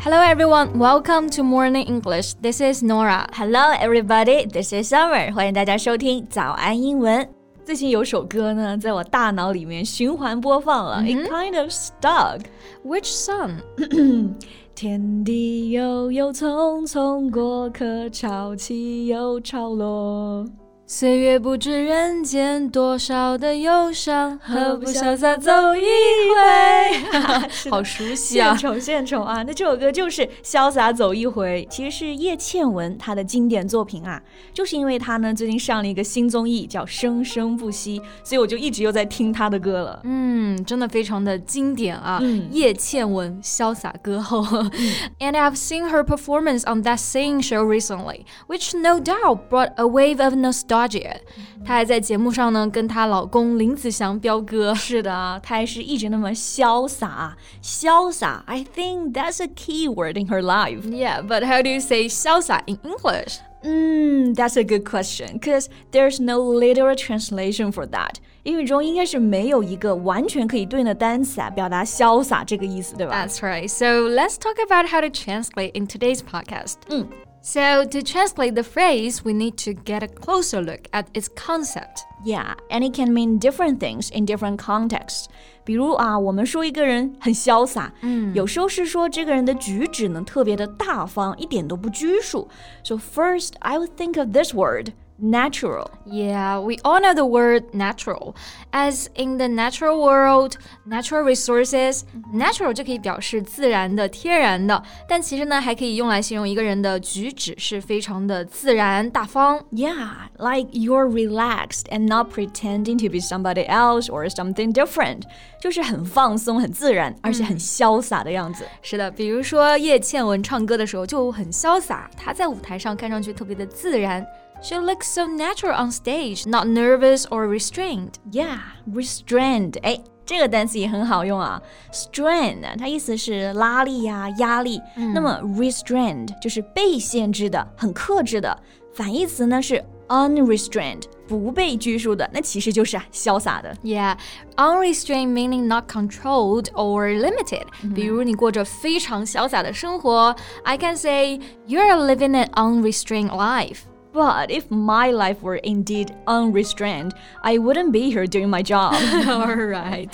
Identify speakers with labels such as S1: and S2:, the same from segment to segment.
S1: Hello everyone, welcome to Morning English. This is Nora.
S2: Hello, everybody. This is Summer. 欢迎大家收听早安英文。最近有首歌呢，在我大脑里面循环播放了、i t kind of stuck。
S1: Which song?
S2: 天地悠悠，匆匆过客，潮起又潮落。
S1: 岁月不知人间多少的忧伤，
S2: 何
S1: 何
S2: 不
S1: 不
S2: 潇
S1: 潇
S2: 洒
S1: 洒
S2: 走
S1: 走
S2: 一
S1: 一 回？
S2: 回？
S1: 好熟悉
S2: 献
S1: 啊！
S2: 丑献丑啊！那这首歌就是《潇洒走一回》，其实是叶倩文她的经典作品啊。就是因为她呢最近上了一个新综艺叫《生生不息》，所以我就一直又在听她的歌了。
S1: 嗯，真的非常的经典啊！
S2: 嗯
S1: 叶倩文潇洒歌后、a n d I've seen her performance on that singing show recently, which no doubt brought a wave of nostalgia。她还在节目上呢跟她老公林子祥飙歌。
S2: 是的啊，她还是一直那么潇洒，啊潇洒。I think that's a key word in her life.
S1: Yeah, but how do you say 潇洒 in English?
S2: Mm, that's a good question, because there's no literal translation for that. 英语中应该是没有一个完全可以对应的单词啊，表达潇洒这个意思，对吧
S1: That's right. So let's talk about how to translate in today's podcast. So to translate the phrase, we need to get a closer look at its concept.
S2: Yeah, and it can mean different things in different contexts. 比如啊，我们说一个人很潇洒，嗯，有时候是说这个人的举止呢特别的大方，一点都不拘束。So first, I would think of this word, natural.
S1: Yeah, we all know the word natural. As in the natural world, natural resources, natural 就可以表示自然的、天然的，但其实呢，还可以用来形容一个人的举止是非常的自然、大方。
S2: Yeah, like you're relaxed and not pretending to be somebody else or something different，就是很放松、很自然，而且很潇洒的样子。
S1: 是的，比如说叶倩文唱歌的时候就很潇洒，她在舞台上看上去特别的自然。She looks so natural on stage, not nervous or restrained.
S2: Yeah, restrained，哎，这个单词也很好用啊。Strain 呢它意思是拉力呀、压力。那么 restrained 就是被限制的、很克制的。反义词呢是 unrestrained，不被拘束的，那其实就是啊，潇洒的。
S1: Yeah, unrestrained meaning not controlled or limited. 比如你过着非常潇洒的生活，I can say you're living an unrestrained life.
S2: But if my life were indeed unrestrained, I wouldn't be here doing my job.
S1: All right.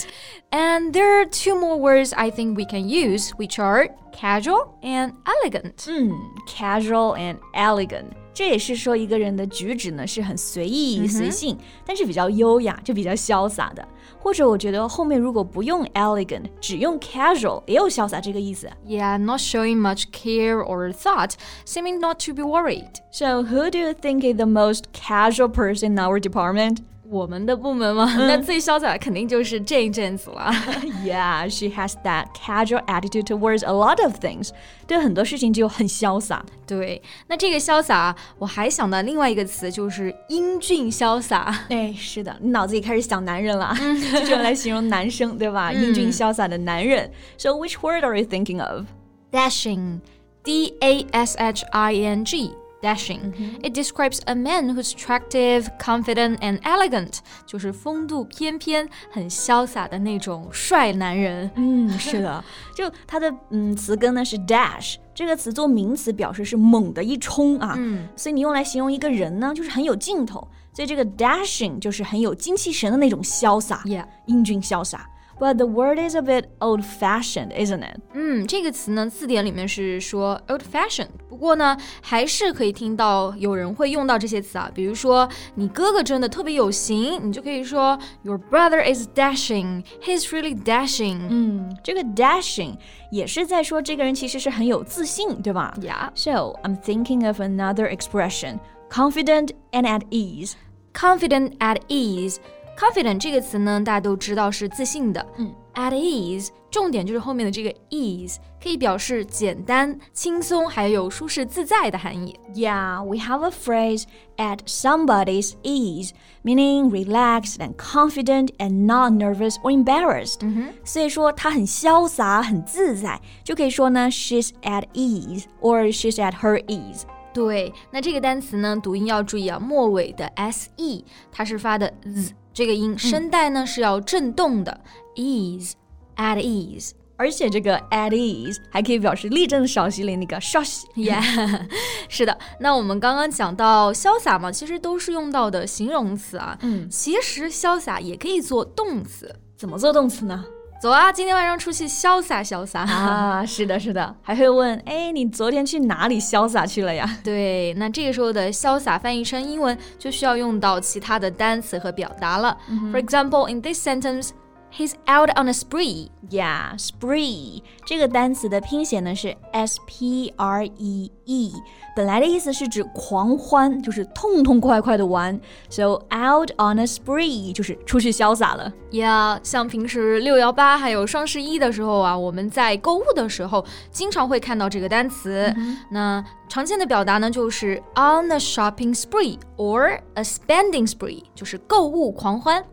S1: And there are two more words I think we can use, which are casual and elegant.
S2: 嗯，casual and elegant，这也是说一个人的举止呢是很随意、随性，但是比较优雅，就比较潇洒的。或者我觉得后面如果不用 elegant，只用 casual，也有潇洒这个意思。
S1: Yeah, not showing much care or thought, seeming not to be worried.
S2: So who do you think is the most casual person in our department?
S1: 我们的部门嘛，那最潇洒的肯定就是这一阵子了。
S2: Yeah, she has that casual attitude towards a lot of things，对很多事情就很潇洒。
S1: 对，那这个潇洒啊，我还想到另外一个词，就是英俊潇洒。
S2: 哎，是的，你脑子里开始想男人了啊， 就用来形容男生，对吧？英俊潇洒的男人。So which word are you thinking of?
S1: Dashing, D A S H I N G. Dashing. It describes a man who's attractive, confident, and elegant. 就是风度翩翩、很潇洒的那种帅男人。
S2: 嗯，是的， 就它的嗯词根呢是 dash 这个词做名词表示是猛的一冲啊，
S1: 嗯，
S2: 所以你用来形容一个人呢，就是很有劲头，所以这个 dashing 就是很有精气神的那种潇洒
S1: Yeah.
S2: 英俊潇洒。But the word is a bit old-fashioned, isn't it?
S1: 嗯，这个词呢，字典里面是说 old fashioned，不过呢，还是可以听到有人会用到这些词啊。比如说，你哥哥真的特别有型，你就可以说 Your brother is dashing, he's really dashing、
S2: 嗯，这个 dashing 也是在说这个人其实是很有自信，对吧
S1: Yeah,
S2: So I'm thinking of another expression, confident and at ease.
S1: confident at ease. Confident 这个词呢，大家都知道是自信的。
S2: 嗯
S1: ，at ease 重点就是后面的这个 ease，可以表示简单、轻松，还有舒适自在的含义。
S2: Yeah, we have a phrase at somebody's ease, meaning relaxed and confident and not nervous or embarrassed. 所以说她很潇洒、很自在，就可以说呢 she's at ease or she's at her ease.
S1: 对，那这个单词呢，读音要注意啊，末尾的 s e 它是发的嗯 z 这个音，声带呢是要震动的。ease at ease
S2: 而且这个 at ease 还可以表示立正稍息里那个稍息。
S1: Yeah，是的。那我们刚刚讲到潇洒嘛，其实都是用到的形容词啊。
S2: 嗯，
S1: 其实潇洒也可以做动词。
S2: 怎么做动词呢？
S1: 走啊，今天晚上出去潇洒潇洒。
S2: 啊，是的，是的，还会问，哎，你昨天去哪里潇洒去了呀？
S1: 对，那这个时候的潇洒翻译成英文就需要用到其他的单词和表达了。For
S2: 嗯
S1: example, in this sentence, he's out on a spree.
S2: Yeah, spree 这个单词的拼写呢是 s p r e e，本来的意思是指狂欢，就是痛痛快快的玩。So out on a spree 就是出去潇洒了。
S1: 呀，像平时六幺八还有双十一的时候啊，我们在购物的时候经常会看到这个单词。那常见的表达呢，就是 on a shopping spree or a spending spree，就是购物狂欢。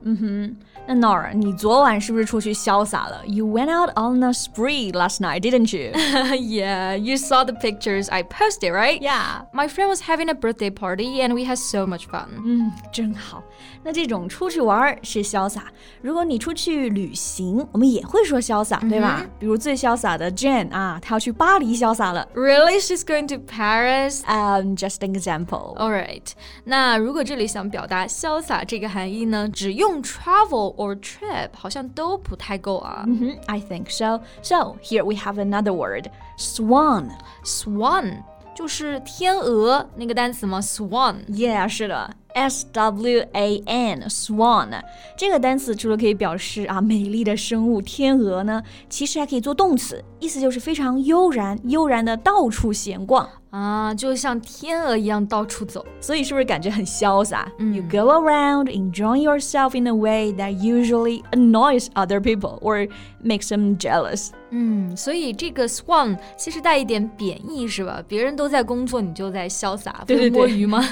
S2: 那 Nora，你昨晚是不是出去潇洒了？You went out on a spree last night, didn't you?
S1: yeah, you saw the pictures I posted, right?
S2: yeah.
S1: My friend was having a birthday party and we had so much fun.
S2: 嗯，真好。那这种出去玩儿是潇洒，如果你出去旅行，我们也会说潇洒，对吧？比如最潇洒的 Jane 啊，她要去巴黎潇洒了。
S1: Really? She's going to Paris?
S2: Um, just an example.
S1: All right，那如果这里想表达潇洒这个含义呢，只用 travel or trip 好像都不太够啊。
S2: Mhm, I think so. So here we have another word, swan.
S1: Swan 就是天鹅那个单词吗？Swan。
S2: Yeah，是的，S W A N swan 这个单词除了可以表示啊美丽的生物天鹅呢，其实还可以做动词，意思就是非常悠然悠然的到处闲逛。
S1: 啊，就像天鹅一样到处走。
S2: 所以是不是感觉很潇洒、y o u go around enjoying yourself in a way that usually annoys other people or makes them jealous。
S1: 嗯，所以这个 swan 其实带一点贬义是吧？别人都在工作，你就在潇洒，
S2: 对对
S1: 不是摸
S2: 对
S1: 鱼 吗？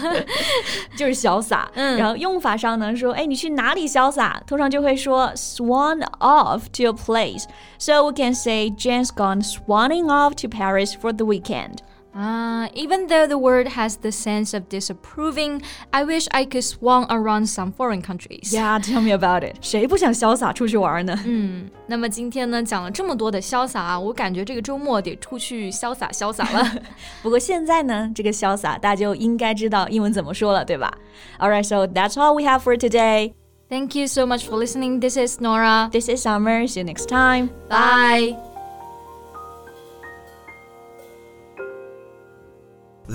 S2: 就是潇洒，
S1: 嗯
S2: 然后用法上呢，说，哎，你去哪里潇洒？通常就会说 swan off to a place。So we can say Jane's gone swanning off to Paris for the weekend。
S1: Ah, even though the word has the sense of disapproving, I wish I could swan around some foreign countries.
S2: Yeah, tell me about it。谁不想潇洒出去玩呢？
S1: 那么今天呢，讲了这么多的潇洒啊，我感觉这个周末得出去潇洒潇洒 了。
S2: 不过现在呢，这个潇洒大家就应该知道英文怎么说了，对吧？Alright, so that's all we have for today.
S1: Thank you so much for listening. This is Nora.
S2: This is Summer. See you next time.
S1: Bye.